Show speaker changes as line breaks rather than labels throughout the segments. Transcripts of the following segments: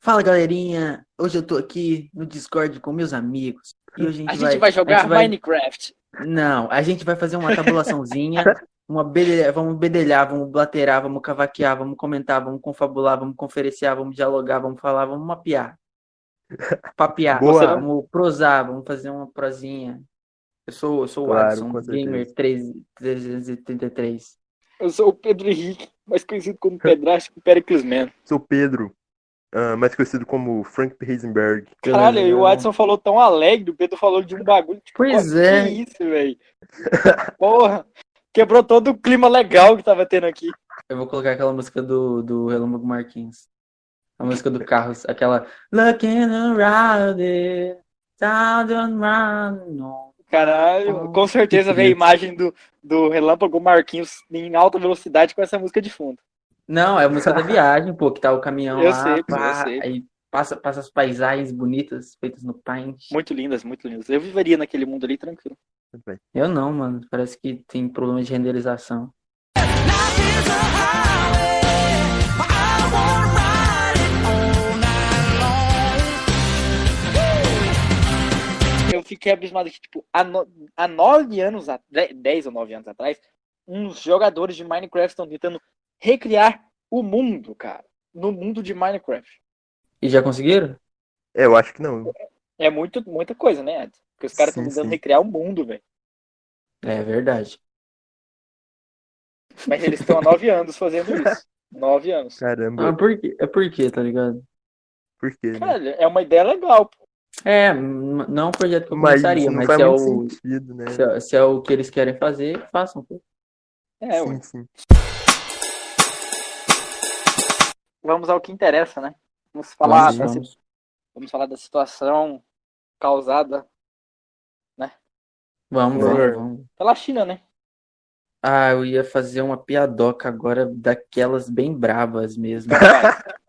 Fala galerinha, hoje eu tô aqui no Discord com meus amigos. E hoje
A gente vai
a
jogar
gente vai-
Minecraft.
Não, a gente vai fazer uma tabulaçãozinha, uma bedelha- vamos bedelhar, vamos blaterar, vamos cavaquear, vamos comentar, vamos confabular, vamos conferenciar, vamos dialogar, vamos falar, vamos mapear. Papear,
Boa.
vamos prosar, vamos fazer uma prosinha. Eu sou, eu sou o
Claro,
Watson,
com certeza.
gamer 3, 333.
Eu sou o Pedro Henrique, mais conhecido como Pedrasto com Pericles Man.
Sou Pedro, ah, mais conhecido como Frank Heisenberg.
Caralho, e
Galera.
o Watson falou tão alegre, o Pedro falou de um bagulho. Tipo,
Pois
ó,
é.
Que isso, velho. Porra, quebrou todo o clima legal que tava tendo aqui.
Eu vou colocar aquela música do, do Relâmpago Marquinhos. A música do Carros, aquela Looking around it, down and round, no. Oh,
Caralho, com certeza veio a imagem do, do Relâmpago Marquinhos em alta velocidade com essa música de fundo.
Não, é a música da viagem, pô, que tá o caminhão
Eu
lá,
sei, pô,
pá,
eu sei.
aí passa, passa as paisagens bonitas feitas no Paint.
Muito lindas, muito lindas. Eu viveria naquele mundo ali tranquilo.
Eu não, mano, parece que tem problema de renderização.
Eu fiquei abismado que, tipo, há, no- há nove anos, a- de- dez ou nove anos atrás, uns jogadores de Minecraft estão tentando recriar o mundo, cara. No mundo de Minecraft.
E já conseguiram?
É, eu acho que não.
É muito, muita coisa, né, Ed? Porque os caras estão
Sim,
tentando
sim.
recriar o mundo, velho.
É verdade.
Mas eles estão há nove anos fazendo isso. Nove anos.
Ah,
Caramba,
por quê? É por quê, tá ligado?
por quê? Né?
Cara, é uma ideia legal. pô.
É, n- não é um projeto que eu
Mas
começaria,
isso não
mas
faz
se é
muito
o,
sentido, né?
se é- se é o que eles querem fazer, façam, pô.
É, ué.
sim, sim.
Vamos ao que interessa, né? Vamos falar,
Vamos,
né, da,
vamos.
si- vamos falar da situação causada
Vamos,
Por
vamos,
favor.
vamos.
pela China, né?
Ah, eu ia fazer uma piadoca agora daquelas bem brabas mesmo.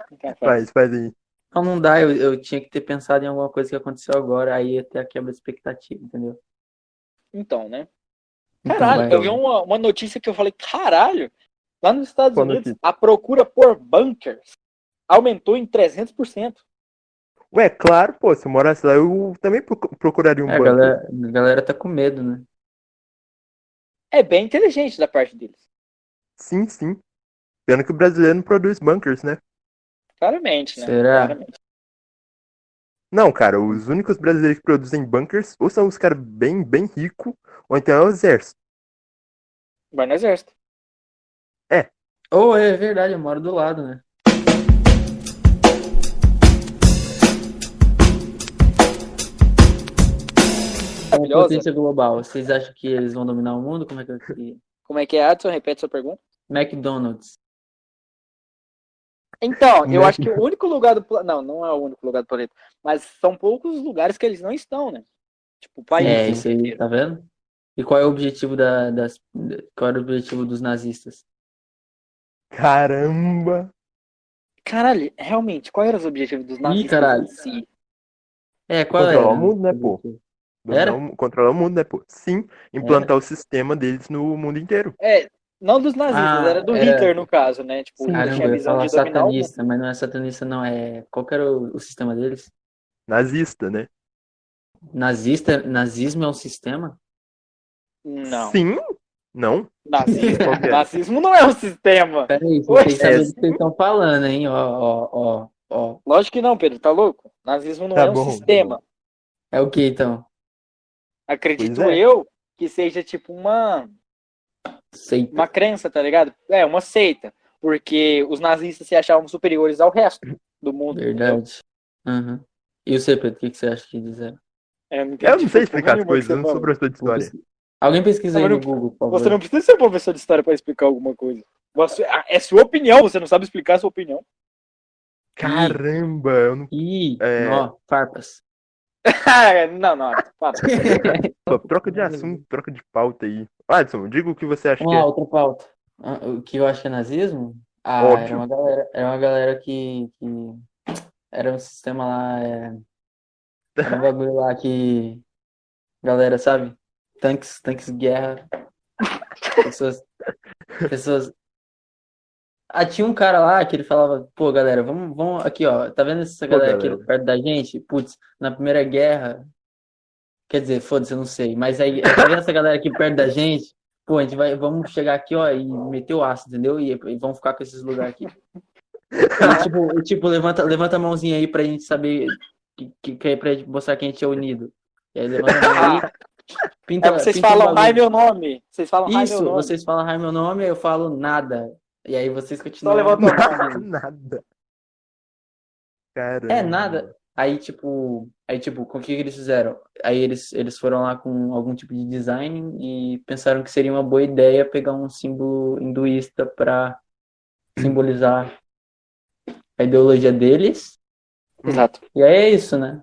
Então, faz.
Faz, faz aí.
Então não dá, eu, eu tinha que ter pensado em alguma coisa que aconteceu agora, aí ia ter a quebra de expectativa, entendeu?
Então, né?
Então
Caralho,
vai.
eu vi um uma, uma notícia que eu falei, caralho, lá nos Estados
Qual
Unidos,
notícia?
a procura por bunkers aumentou em 300%.
Ué, claro, pô, se eu morasse lá, eu também proc- procuraria um
É, a
banco.
galera, a galera tá com medo, né?
É bem inteligente da parte deles,
Sim, sim. Pena que o brasileiro não produz bunkers, né?
claramente, né?
Será?
Claramente.
Não, cara, os únicos brasileiros que produzem bunkers ou são os caras bem, bem ricos, ou então é o exército.
Vai no exército.
Ou é verdade, eu moro do lado, né?
Maravilhosa.
Potência global. Vocês acham que eles vão dominar o mundo? Como é que eu... que-
Como é que é, Adson? Repete sua pergunta.
McDonald's.
Então, eu
é
Né?
acho que o único lugar do planeta. Não, não é o único lugar do planeta. Mas são poucos lugares que eles não estão, né? Tipo, o país.
É, isso aí,
inteiro.
tá vendo? E qual é o objetivo da, das. Qual era o objetivo dos nazistas?
Caramba!
Caralho, realmente, qual era os objetivos dos nazistas?
caralho.
em si?
É, qual
Controlar
era?
o mundo, né, pô?
Era?
Dominar o- Controlar o mundo, né, pô? Sim, implantar o sistema deles no mundo inteiro.
É, não dos nazistas,
Ah,
era do
é.
era-
Hitler, no caso, né? Tipo, ele
Caramba,
tinha a
eu ia
visão
falar
de dominar o mundo.
satanista, mas não é satanista, não. É... Qual que era o, o sistema deles?
Nazista, né?
Nazista, nazismo é um sistema?
Não.
Sim? Não?
Nazismo,
Qual que é?
nazismo não é um sistema.
Peraí,
Ué,
vocês sabem do que vocês estão falando, hein? Ó, ó, ó, ó.
Lógico que não, Pedro, tá louco? Nazismo não
Tá
é um
bom.
sistema.
É o que então?
Acredito
Pois é.
eu que seja tipo uma,
Sei.
uma crença, tá ligado? É, uma seita. Porque os nazistas se achavam superiores ao resto do mundo.
Verdade. Aham. E o Pedro, o que, que você acha que dizer?
É, não entendi
Eu não sei
porra
explicar as
nenhuma
coisas,
que
eu
você
não sou
falou.
professor de história.
Alguém pesquisa aí
Agora
no Google, por favor.
Você não precisa ser um professor de história pra explicar alguma coisa. Você- é sua opinião, você não sabe explicar a sua opinião.
Caramba, eu não.
Ih,
É.
ó, farpas.
Ah, não, não, para.
Pô, troca de assunto, troca de pauta aí. Adson, diga o que você acha que
Uma
é.
outra pauta. Ah, O que eu acho que é nazismo? Ah,
Óbvio.
era uma galera, era uma galera que, que- era um sistema lá, é, era um bagulho lá que galera, sabe? Tanques, tanques de guerra. Pessoas, pessoas Ah, tinha um cara lá que ele falava, pô, galera, vamos, vamos aqui, ó, tá vendo essa
Pô,
galera aqui
galera.
perto da gente? Putz, na Primeira Guerra, quer dizer, foda-se, eu não sei, mas aí, tá vendo essa galera aqui perto da gente? Pô, a gente vai, vamos chegar aqui, ó, e meter o aço, entendeu? E, e vamos ficar com esses lugares aqui. E, tipo, e, tipo, levanta, levanta a mãozinha aí pra gente saber, que, que, que é pra gente mostrar que a gente é unido. E aí levanta a mão aí, pinta,
É porque vocês
pinta um
falam,
bagulho.
ai meu nome. Vocês falam, ai meu
Isso,
nome.
vocês falam ai meu nome, eu falo nada. E aí vocês continuam.
levanta a
falando.
nada. Caramba.
É nada. Aí, tipo, aí, tipo, com o que que eles fizeram? Aí eles, eles foram lá com algum tipo de design e pensaram que seria uma boa ideia pegar um símbolo hinduísta pra simbolizar a ideologia deles.
Exato.
E aí é isso, né?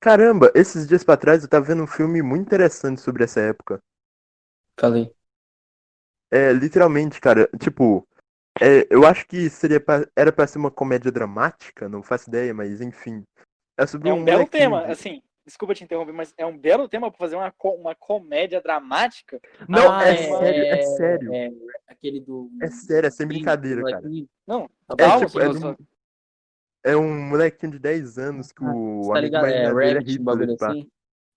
Caramba, esses dias pra trás eu tava vendo um filme muito interessante sobre essa época.
Falei.
É, literalmente, cara, tipo, é, eu acho que seria pra- era pra ser uma comédia dramática, não faço ideia, mas enfim. É sobre
É
um
um belo
molequinho.
tema, assim. Desculpa te interromper, mas é um belo tema pra fazer uma, co- uma comédia dramática.
Não,
Ah,
é,
é-
sério, é,
é-
sério.
É, aquele do.
É sério, é sem brincadeira, cara.
Não,
Tá
É,
bom?
tipo,
é,
eu
de um-
só-
é um molequinho de 10 anos que o
Você tá
amigo
ligado?
mais
É
novo dele
Rabbit,
Hitler,
bagulho
pá.
assim.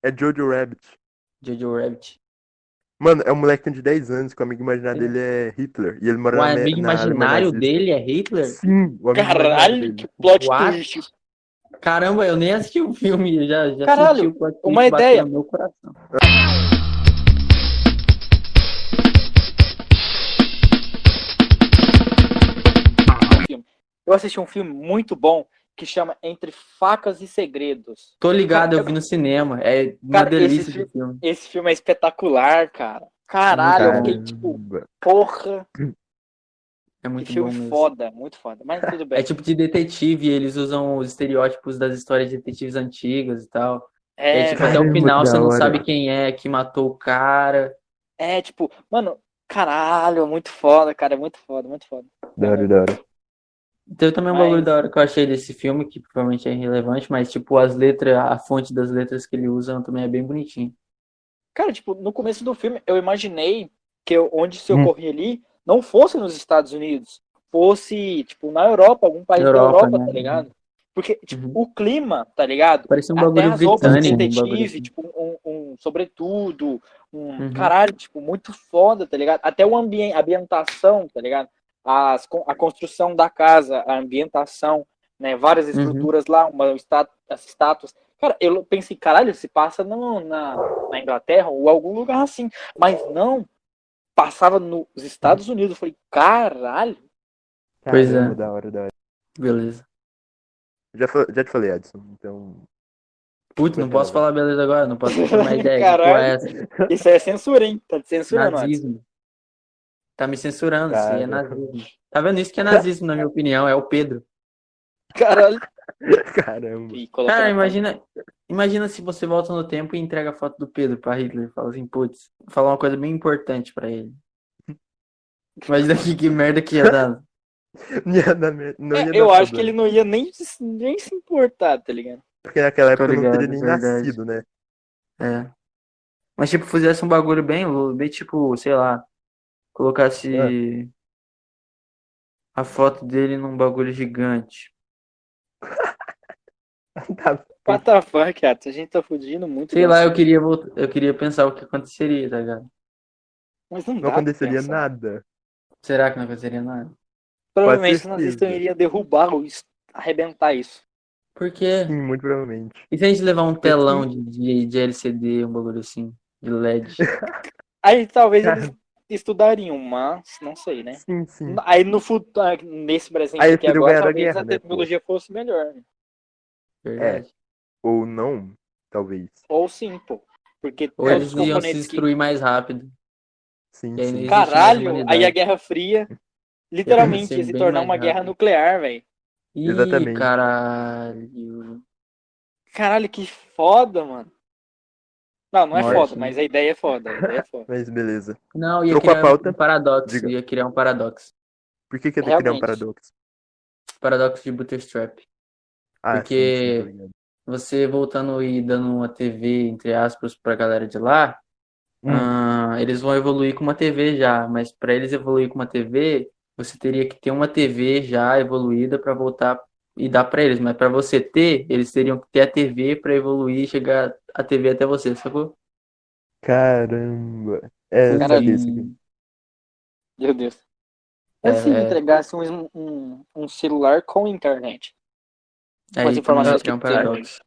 É Jojo Rabbit.
Jojo Rabbit.
Mano, é um molequinho de 10 anos que o amigo imaginário
Sim.
dele é Hitler. E ele mora
O
na, Ame-
amigo
na Alemanha
imaginário
nazista.
dele é Hitler?
Sim, o amigo imaginário
Caralho,
dele. é
que plot
What?
twist.
Caramba, eu nem assisti o filme, já, já
Caralho,
senti o plot twist
uma
bater
ideia.
no meu coração.
Eu assisti um filme muito bom que chama Entre Facas e Segredos.
Tô ligado, eu vi no cinema. É uma
Cara,
delícia
esse
de filme.
Esse filme é espetacular, cara. Caralho, eu fiquei tipo,
Caramba.
porra,
É
que
muito bom
filme
mesmo.
foda, muito foda. Mas tudo
É
bem.
tipo de detetive, eles usam os estereótipos das histórias de detetives antigas e tal.
É,
e aí, tipo,
velho,
até o
caramba,
final
que
você
da
não
hora.
sabe quem é que matou o cara.
é, tipo, mano, caralho, muito foda, cara, muito foda, muito foda.
Da
é.
hora, da hora.
Teve também um
Mas-
bagulho da hora que eu achei desse filme, que provavelmente é irrelevante, mas tipo, as letras, a fonte das letras que ele usa também é bem bonitinho.
Cara, tipo, no começo do filme eu imaginei que eu- onde se
Hum.
ocorria ali não fosse nos Estados Unidos, fosse, tipo, na Europa, algum país da
Europa,
Europa,
né?
tá ligado? Porque, tipo,
Uhum.
o clima, tá ligado?
Parecia um
Até
bagulho
as roupas de
britânico, um bagulho
detetive,
assim.
tipo, um, um sobretudo, um
Uhum.
caralho, tipo, muito foda, tá ligado? Até o ambiente, a ambientação, tá ligado? As, con- a construção da casa, a ambientação, né? Várias
Uhum.
estruturas lá, uma estátua, as estátuas. Cara, eu pensei, caralho, se passa no, na, na Inglaterra ou algum lugar assim. Mas não, passava nos Estados Unidos. Eu falei, caralho.
Pois é.
Caramba, da hora, da hora.
Beleza.
Já, fa- já te falei, Edson. Então.
Putz, não posso falar beleza agora, não posso ter uma ideia.
é Caralho.
Que porra é essa?
Isso aí é censura, hein? Tá te censurando, Edson.
Nazismo. Tá me censurando, isso
Cara.
aí é nazismo. Tá vendo isso que é nazismo, na minha opinião, é o Pedro.
Caralho.
Caramba.
Ih, coloca
Cara,
na-
imagina, imagina se você volta no tempo e entrega a foto do Pedro pra Hitler. Fala assim, putz, falar uma coisa bem importante pra ele. Imagina que, que merda que ia dar.
Não ia dar mer- não Então ia
É,
dar
eu acho que
problema.
ele não ia nem, se- nem se importar, tá ligado?
Porque naquela época eu não
ligado,
teria nem
verdade.
nascido, né?
É. Mas, tipo, fizesse um bagulho bem, lou- bem tipo, sei lá, colocasse a foto dele num bagulho gigante.
Tá,
What the fuck, cara? A gente tá fudindo muito.
Sei
do
lá, eu
assunto.
queria voltar, eu queria pensar o que aconteceria, tá ligado?
Mas não, dá
não
pra
aconteceria
pensar.
nada.
Será que não aconteceria nada?
Provavelmente os
Pode ser
nazistas
isso.
iriam derrubar ou es- arrebentar isso.
Por quê?
Sim, muito provavelmente.
E se a gente levar um telão de, de, de LCD, um bagulho assim, de LED?
É.
Aí talvez
Cara.
eles estudariam, mas não sei, né?
Sim, sim.
Aí no futuro, nesse presente
Aí
aqui
seria o
agora,
ganhar
talvez
a guerra,
a
né, pô?
tecnologia fosse melhor. né?
Verdade.
Ou não, talvez.
Ou sim, pô. Porque
Ou
É,
todos
eles
os
iam se
componentes que.
destruir mais rápido.
Sim,
E aí
sim.
existe mais
Caralho,
humanidade.
aí a Guerra Fria literalmente
Sim,
ia se
bem
tornar
mais
uma guerra
rápido.
nuclear, velho.
Ih,
Exatamente.
caralho.
Caralho, que foda, mano. Não, não é
Morte,
foda,
né?
mas a ideia é foda. A ideia é foda.
Mas beleza.
Não, ia
Trocou a
criar
pauta?
um paradoxo.
Diga.
Ia criar um paradoxo.
Por que, que eu tenho que criar um
Realmente.
paradoxo?
Paradoxo de Bootstrap.
Ah,
Porque-
sim, sim, tô ligado.
Você voltando e dando uma TV, entre aspas, pra galera de lá,
Hum,
Ah, eles vão evoluir com uma TV já, mas para eles evoluir com uma TV, você teria que ter uma TV já evoluída para voltar e dar para eles. Mas para você ter, eles teriam que ter a TV para evoluir e chegar a TV até você, sacou?
Caramba. É,
Cara,
sabe isso aqui.
Meu Deus. É se
É.
entregasse um, um, um celular com internet.
Aí
as
também
informações
seria um
que tem.
paradoxo.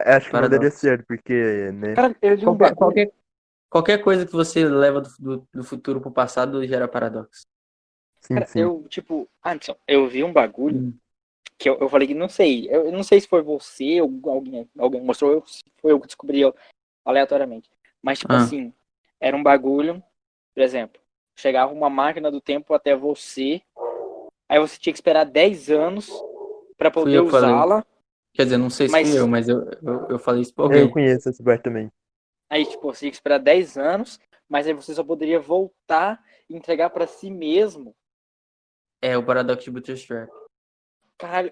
É, Acho que não
Paradoxo.
daria certo, porque, né?
Cara, eu li um
Qualquer,
bagulho-
qualquer, qualquer coisa que você leva do, do, do futuro pro passado gera paradoxo.
Sim,
Cara,
sim.
eu, tipo, Anderson, eu vi um bagulho
Hum.
que eu, eu falei que não sei. Eu, eu não sei se foi você ou alguém, alguém mostrou, eu, se foi eu que descobri eu, aleatoriamente. Mas, tipo
Ah.
assim, era um bagulho, por exemplo, chegava uma máquina do tempo até você, aí você tinha que esperar 10 anos pra
Fui
poder
eu que falei.
usá-la.
Quer dizer, não sei se
Mas-
fui eu, mas eu, eu, eu falei isso pra
Eu
alguém.
conheço esse bar também.
Aí, tipo, você tinha que esperar 10 anos, mas aí você só poderia voltar e entregar pra si mesmo.
É o paradoxo de Bootstrap.
Caralho.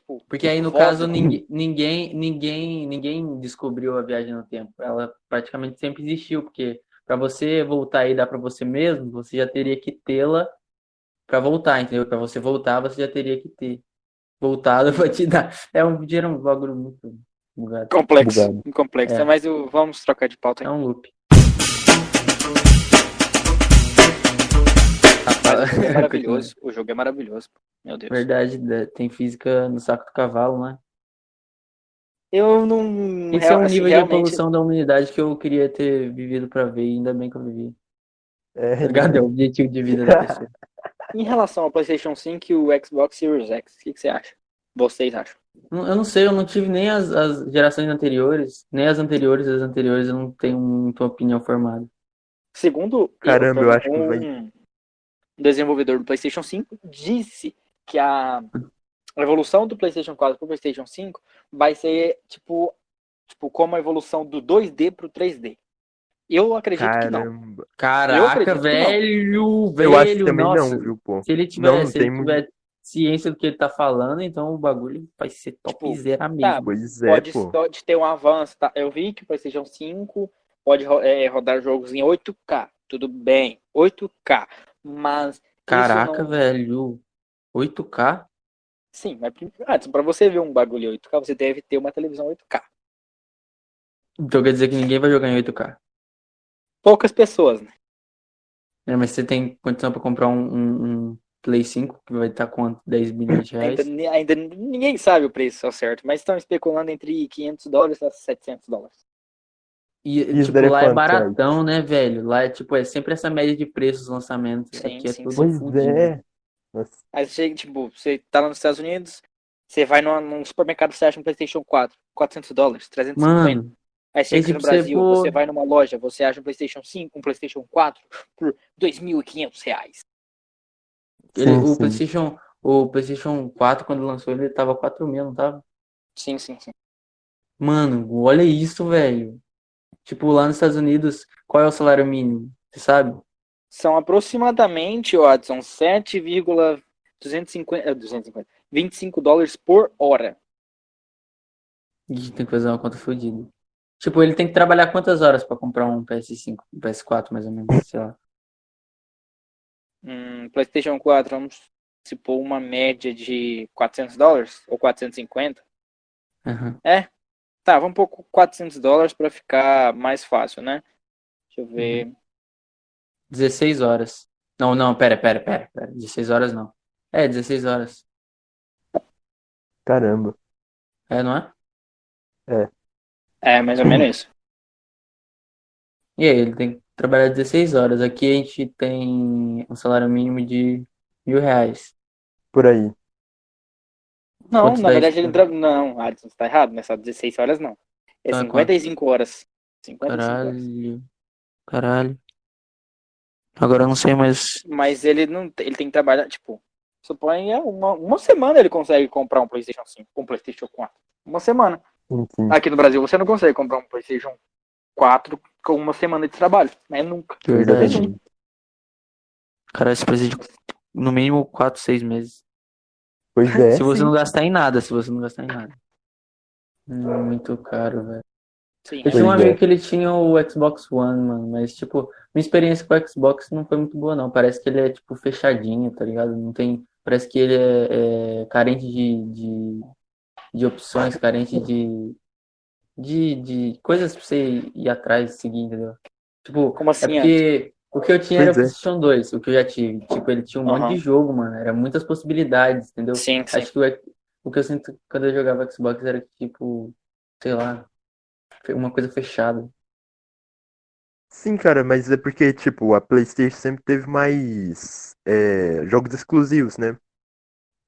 tipo,
Porque aí, no
Volta.
caso, ninguém, ninguém, ninguém, ninguém descobriu a viagem no tempo. Ela praticamente sempre existiu, porque para você voltar e dar para você mesmo, você já teria que tê-la para voltar, entendeu? Para você voltar, você já teria que ter voltado para te dar. É um dinheiro um bagulho muito bugado.
Complexo,
Obrigado.
complexo.
É.
Mas eu- vamos trocar de pauta.
É
aqui.
um loop.
É maravilhoso. O jogo é maravilhoso. Meu Deus.
Verdade, né? tem física no saco do cavalo, né?
Eu não.
Então,
Esse é um
assim,
nível de
realmente-
evolução da humanidade que eu queria ter vivido para ver, e ainda bem que eu vivi.
É,
Tá ligado? É o objetivo de vida da pessoa.
Em relação ao PlayStation 5 e o Xbox Series X, o que, que você acha? Vocês acham?
Não- Eu não sei, eu não tive nem as, as gerações anteriores, nem as anteriores as anteriores, eu não tenho muita opinião formada.
Segundo.
Caramba, eu acho que
um desenvolvedor do PlayStation 5 disse que a evolução do PlayStation 4 para o PlayStation 5 vai ser tipo, tipo como a evolução do 2D para o 3D. Eu acredito que não.
Caramba.
Caraca,
acredito que
velho,
Eu acho que
velho,
também
nossa.
não, viu, pô.
Se ele tiver,
Não, não
se ele
tem muito.
tiver ciência do que ele tá falando, então o bagulho vai ser topzera mesmo.
Pois é,
pode,
pô.
pode ter um avanço. Tá? Eu vi que o PlayStation 5 pode ro- é, rodar jogos em 8K. Tudo bem, 8K. Mas. isso
Caraca,
não-
velho. 8K?
Sim, mas prim- ah, pra você ver um bagulho em 8K, você deve ter uma televisão 8K.
Então quer dizer que ninguém vai jogar em 8K.
Poucas pessoas, né?
Né, mas você tem condição pra comprar um, um- um Play 5 que vai estar quanto? 10 milhões de reais?
Ainda, ni- ainda ni- ninguém sabe o preço ao certo, mas estão especulando entre 500 dólares a 700 dólares.
E,
Isso
tipo,
daria
lá é
quanto,
baratão, né, velho? Lá é, tipo, é sempre essa média de preços dos lançamentos.
Sim,
Aqui é
sim,
tudo
Pois
fudido.
é. Nossa,
Aí você chega, tipo, você tá lá nos Estados Unidos, você vai numa- num supermercado, você acha um PlayStation 4, 400 ddólares, 350.
Mano,
Aí você
É,
entra no
tipo, você
Brasil,
for-
você vai numa loja, você acha um PlayStation 5, um PlayStation 4 por 2.500 reais.
ele,
Sim,
o
sim.
PlayStation, o PlayStation 4, quando lançou, ele tava 4 mil, não tava?
Sim, sim, sim.
Mano, olha isso, velho. Tipo, lá nos Estados Unidos, qual é o salário mínimo? Você sabe?
São aproximadamente, Watson, 7,250, eh, 250, 25 dólares por hora.
Ih, tem que fazer uma conta fodida. Tipo, ele tem que trabalhar quantas horas pra comprar um PS5, um PS4, mais ou menos, sei lá.
Hum, PlayStation 4, vamos se pôr uma média de 400 dólares ou 450.
Aham.
Tá, vamos pôr 400 dólares pra ficar mais fácil, né? Deixa eu ver.
16 horas. Não, não, pera, pera, pera, pera. 16 horas não. É, 16 horas.
caramba.
É, não é?
É, mais ou menos isso.
E aí, ele tem que trabalhar 16 horas. Aqui a gente tem um salário mínimo de mil reais.
Por aí.
Não,
Quanto
na
dá
verdade
isso?
ele entra. Não, Adson, você tá errado, não é só 16 horas, não. É
Tá,
55 horas. 55 horas.
Caralho. Caralho. Agora eu não sei mais.
Mas ele não ele tem que trabalhar, tipo, suponha uma, uma semana ele consegue comprar um PlayStation 5, um PlayStation 4. Uma semana.
Sim, sim.
Aqui no Brasil você não consegue comprar um PlayStation 4 com uma semana de trabalho, né? Nunca.
Verdade.
Verdade.
Caralho, você precisa de no mínimo 4, 6 meses.
Pois é.
se você
sim.
não gastar em nada, se você não gastar em nada. Hum, Muito caro, velho.
Sim.
Eu tinha um
Pois é.
amigo que ele tinha o Xbox One, mano, mas, tipo, minha experiência com o Xbox não foi muito boa, não. Parece que ele é, tipo, fechadinho, tá ligado? Não tem. Parece que ele é, é carente de, de, de opções, carente de, de, de coisas pra você ir atrás e seguir, entendeu? Tipo, é
Como assim? Ana?
porque o que eu tinha era o
Pois é.
PlayStation 2, o que eu já tive. Tipo, ele tinha um monte
Aham.
de jogo, mano, era muitas possibilidades, entendeu?
Sim, sim.
Acho que o, o que eu sinto quando eu jogava Xbox era que, tipo, sei lá, fe- uma coisa fechada.
Sim, cara, mas é porque, tipo, a PlayStation sempre teve mais é, jogos exclusivos, né?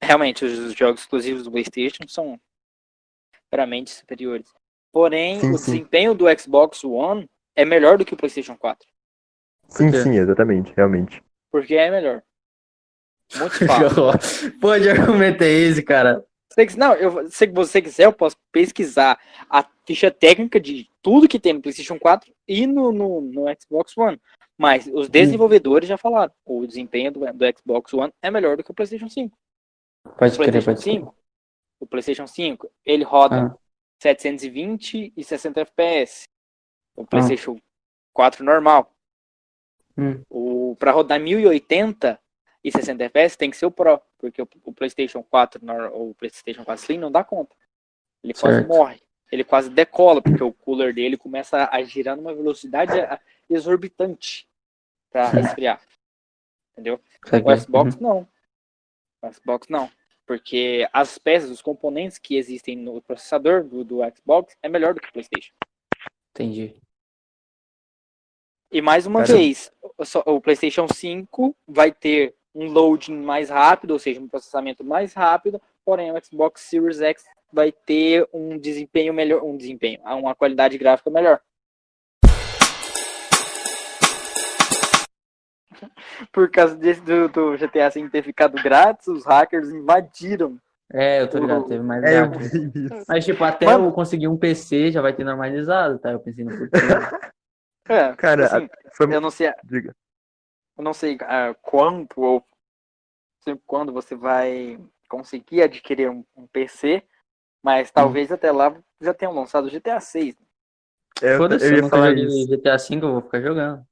Realmente, os jogos exclusivos do PlayStation são claramente superiores. Porém,
Sim,
o
sim.
desempenho do Xbox One é melhor do que o PlayStation 4.
Sim,
quê?
sim, exatamente, realmente.
Porque é melhor. Muito fácil.
Pô, de argumento é esse, cara?
Você quis- Não, eu, se você quiser, eu posso pesquisar a ficha técnica de tudo que tem no PlayStation 4 e no, no, no Xbox One. Mas os desenvolvedores já falaram. O desempenho do, do Xbox One é melhor do que o PlayStation 5. O
Pode crer,
PlayStation
pode crer.
5, o PlayStation 5 ele roda
Ah.
720 e 60 FPS.
Ah.
O PlayStation 4 normal.
Hum.
O, pra rodar 1080 e 60 FPS tem que ser o Pro, porque o, o PlayStation 4 nor- ou o PlayStation 4 Slim não dá conta. Ele quase
Certo.
morre. Ele quase decola, porque o cooler dele começa a girar numa velocidade a- a- exorbitante pra esfriar. Entendeu?
Sabe
O
que-
Xbox não. O Xbox não. Porque as peças, os componentes que existem no processador do, do Xbox é melhor do que o PlayStation.
Entendi.
E mais uma
Cara.
vez, o- só- o PlayStation 5 vai ter um loading mais rápido, ou seja, um processamento mais rápido, porém o Xbox Series X vai ter um desempenho melhor, um desempenho, uma qualidade gráfica melhor. Por causa desse, do, do GTA V ter ficado grátis, os hackers invadiram
É, eu tô ligado,
O-
teve mais
É, eu
nada.
vi isso.
Mas, tipo, até
Mano.
eu conseguir um PC já vai ter normalizado, tá? Eu pensei no futuro.
É,
Cara,
assim,
Foi
eu não sei,
diga.
eu não sei ah, quanto ou sei quando você vai conseguir adquirir um, um PC,
Hum.
mas talvez até lá já tenham lançado o GTA 6.
É, Eu,
Foda-se,
eu
eu,
ia
nunca
falar
joguei
isso.
GTA V, eu vou ficar jogando.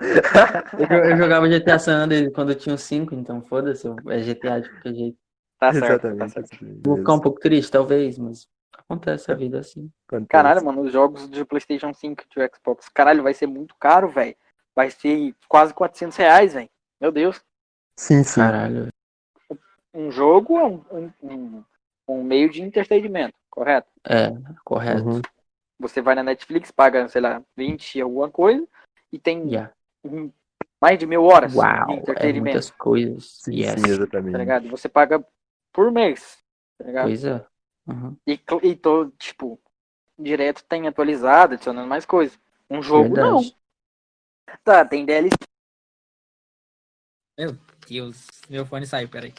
Eu, eu jogava GTA San Andreas quando eu tinha uns 5, então foda-se, eu- é GTA de qualquer jeito.
Tá certo, tá
Exatamente.
certo.
Vou ficar um
Isso,
pouco triste, talvez, mas acontece a vida é assim.
acontece.
Caralho, mano, os jogos de PlayStation 5 e de Xbox, caralho, vai ser muito caro, velho. Vai ser quase 400 reais, velho. Meu Deus.
Sim, sim.
Caralho.
Um jogo é um, um- um- um meio de entretenimento, correto?
É, correto.
Uhum.
Você vai na Netflix, paga, sei lá, 20 e alguma coisa, e tem
Yeah.
hum, mais de mil horas de
Uau, é
entretenimento.
muitas coisas.
Sim,
yes.
sim, exatamente.
tá ligado? Você paga por mês, tá ligado?
Pois é. Uhum.
E, cl- e tô, tipo, direto tem atualizado, adicionando mais coisas. Um jogo não.
Verdade.
Tá, tem DLC. Meu Deus, meu fone saiu, peraí.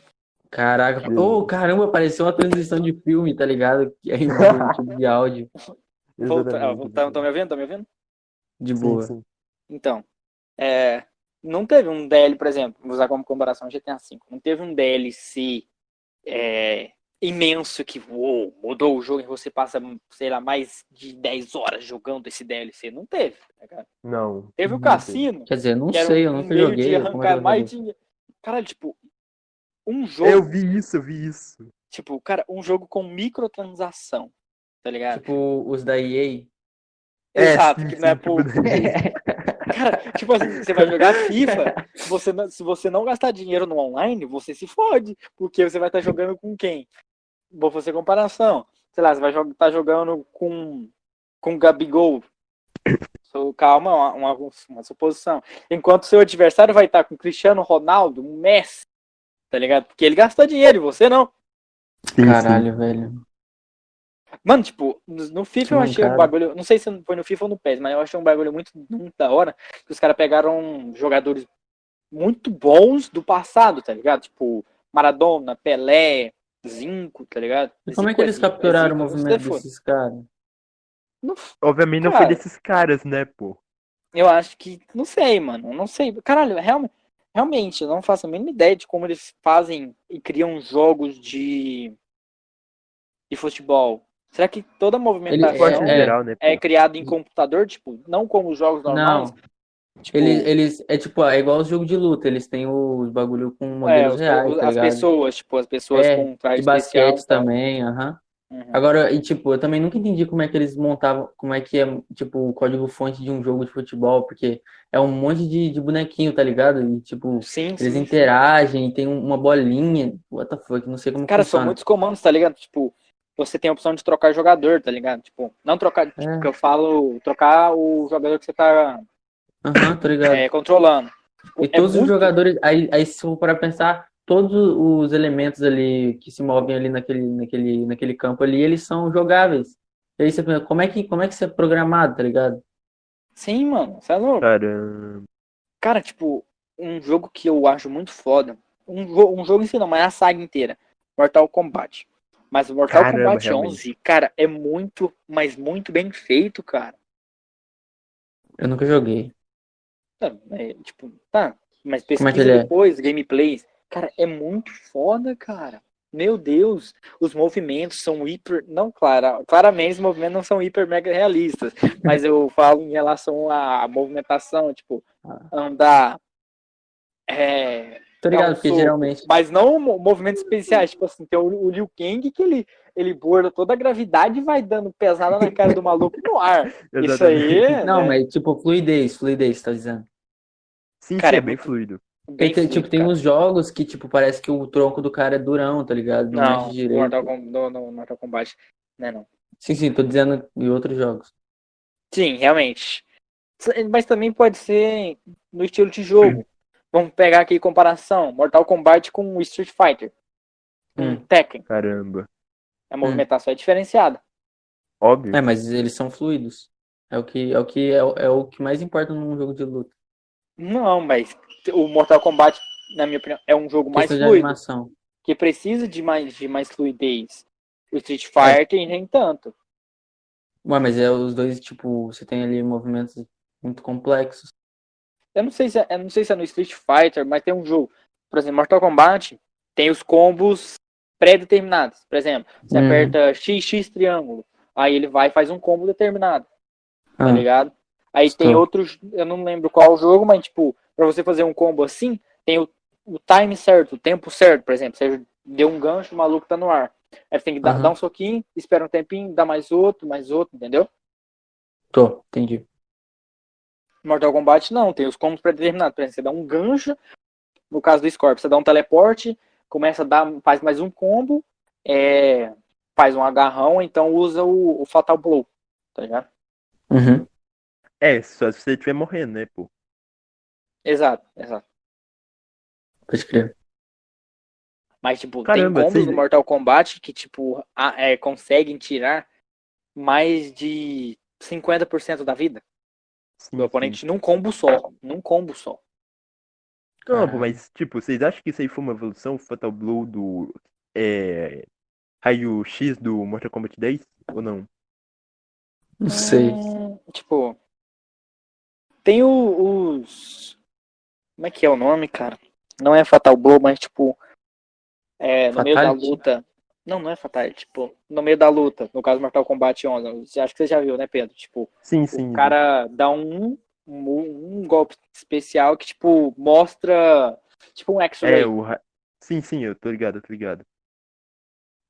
Caraca,
Beleza.
ô caramba, pareceu uma transição de filme, tá ligado? Que é um tipo de áudio
Volta, ah,
Exatamente,
ó, voltamos, estão me ouvindo? Estão me ouvindo?
de
Sim,
boa.
sim.
Então, é, não teve um DL, por exemplo, vou usar como comparação GTA V, não teve um DLC é, imenso que uou, mudou o jogo e você passa, sei lá, mais de 10 horas jogando esse DLC. Não teve, tá ligado?
Não.
Teve o
não
cassino,
Quer dizer, não
Quero
sei, eu
um
nunca
meio
joguei.
de
como é que eu
arrancar
vou
mais
saber?
dinheiro. Caralho, tipo, um
teve.
jogo,
Eu vi isso, eu vi isso.
tipo, cara, um jogo com microtransação, tá ligado?
Tipo, os da EA.
É,
Exato,
sim,
que
sim,
não é
tipo
pouco. Cara, tipo assim, você vai jogar FIFA, você não- se você não gastar dinheiro no online, você se fode, porque você vai estar jogando com quem? Vou fazer comparação. Sei lá, você vai estar jogando com com o Gabigol. So, calma, uma, uma, uma suposição. Enquanto seu adversário vai estar com Cristiano Ronaldo, um Messi, tá ligado? Porque ele gastou dinheiro e você não.
Sim, sim.
Caralho, velho.
Mano, tipo, no, no FIFA eu
Que
achei um
mancada.
bagulho. Não sei se foi no FIFA ou no PES, mas eu achei um bagulho muito, muito da hora. Que os caras pegaram jogadores muito bons do passado, tá ligado? Tipo, Maradona, Pelé, Zinco, tá ligado?
E como é
Zico
que eles
Zico,
capturaram o
Zico,
movimento
se for.
desses caras?
Não
Obviamente não
Cara.
foi desses caras, né, pô?
Eu acho que. Não sei, mano. eu Não sei. Caralho, realmente, realmente, eu não faço a mínima ideia de como eles fazem e criam jogos de. de futebol. Será que toda
Ele
Ele-
movimentação
esporte
é-
em
é-
geral, né? pô?
é criada em computador? Tipo, não como os jogos normais?
Não. Eles, eles, é tipo, é igual os jogos de luta, eles têm os bagulho com
É,
modelos
os-
reais,
os-
tá
as
ligado?
pessoas, tipo, as pessoas
É,
com traje
De basquete
especial, tá?
também, aham.
Uhum.
Agora, e tipo, eu também nunca entendi como é que eles montavam, como é que é, tipo, o código-fonte de um jogo de futebol, porque é um monte de, de bonequinho, tá ligado? E, tipo,
Sim,
eles
sim.
interagem, tem um- uma bolinha, what the fuck, não sei como
Cara, são
funciona.
muitos comandos, tá ligado? Tipo, você tem a opção de trocar jogador, tá ligado? Tipo, não trocar,
É.
tipo, que eu falo, trocar o jogador que você tá
Aham, tá ligado?
é, controlando. Tipo,
E
é
todos os
muito-
jogadores, aí, aí se for para pensar, todos os elementos ali que se movem ali naquele, naquele, naquele campo ali, eles são jogáveis. E aí você pensa, como é que, como é que isso é programado, tá ligado?
Sim, mano, você é louco.
Cara,
Cara, tipo, um jogo que eu acho muito foda. Um, jo- um jogo em si não, mas a saga inteira. Mortal Kombat. Mas o Mortal
Caramba,
Kombat
realmente.
11, cara, é muito, mas muito bem feito, cara.
Eu nunca joguei.
Tá, é, tipo, tá. Mas pesquisa
Como é que ele é?
depois, gameplays. Cara, é muito foda, cara. Meu Deus, os movimentos são hiper. Não, claro, claramente os movimentos não são hiper mega realistas. Mas eu falo em relação à movimentação, tipo,
Ah.
andar. É,
Tá ligado?
Não,
Porque
sou-
geralmente.
mas não mo- movimentos especiais, tipo assim, tem o, o Liu Kang que ele, ele borda toda a gravidade e vai dando pesada na cara do maluco no ar. Isso aí
exatamente.
é,
Não,
né,
mas tipo, fluidez, fluidez, tá dizendo.
Sim,
Cara,
sim,
é
é bem
muito-
fluido.
bem
Porque, tem,
feito,
tipo, tem
cara.
uns jogos que, tipo, parece que o tronco do cara é durão, tá ligado? Não,
Não,
mexe
no
direito.
Mortal, Com- no, no Mortal Kombat, né, não.
Sim, sim, tô dizendo em outros jogos.
Sim, realmente. S- Mas também pode ser no estilo de jogo. Vamos pegar aqui comparação, Mortal Kombat com o Street Fighter, com
Hum.
Tekken.
Caramba.
A movimentação é diferenciada.
Óbvio.
É, mas eles são fluidos. É o que é o que é, o- é o que mais importa num jogo de luta.
Não, mas o Mortal Kombat, na minha opinião, é um jogo mais
Questão de
fluido.
animação.
que precisa de mais, de mais fluidez. O Street Fighter,
É.
nem tanto.
Ué, mas é os dois, tipo, você tem ali movimentos muito complexos.
Eu não sei se é, eu não sei se é no Street Fighter, mas tem um jogo. Por exemplo, Mortal Kombat tem os combos pré-determinados. Por exemplo, você
Uhum.
aperta X, X triângulo. Aí ele vai e faz um combo determinado, tá
Ah,
ligado? Aí
Estou.
tem outros, eu não lembro qual jogo, mas tipo, pra você fazer um combo assim, tem o, o time certo, o tempo certo, por exemplo. Você deu um gancho, o maluco tá no ar. Aí você tem que dar,
Aham.
dar um soquinho, espera um tempinho, dá mais outro, mais outro, entendeu?
tô, entendi.
Mortal Kombat não, tem os combos pré-determinados. Por exemplo, você dá um gancho, no caso do Scorpion, você dá um teleporte, começa a dar, faz mais um combo, é, faz um agarrão, então usa o, o Fatal Blow, tá ligado?
Uhum.
É, só se você estiver morrendo, né, pô?
Exato, exato.
Pode crer.
Mas, tipo,
Caramba,
tem combos
vocês-
do Mortal Kombat que, tipo, a- é, conseguem tirar mais de 50% da vida
Sim,
do oponente num combo só, num combo só.
sim. Não,
Caralho.
pô, mas, tipo, vocês acham que isso aí foi uma evolução? O Fatal Blow do. É. Raio X do Mortal Kombat 10? Ou não?
Não sei.
Hum, Tipo, tem o- os. Como é que é o nome, cara? Não é Fatal Blow, mas tipo. É, no meio da
Fatality?
luta. Não, não é Fatal, tipo, no meio da luta, no caso Mortal Kombat 11, você- acho que você já viu, né, Pedro? Tipo,
Sim,
o
sim.
cara dá um, um, um golpe especial que, tipo, mostra, tipo, um X-Ray.
É, o. ra- Sim, sim, eu tô ligado, eu tô ligado.